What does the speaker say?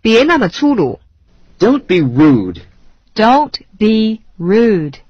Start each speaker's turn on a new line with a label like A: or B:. A: 别那么粗鲁。
B: Don't be rude.
C: Don't be rude.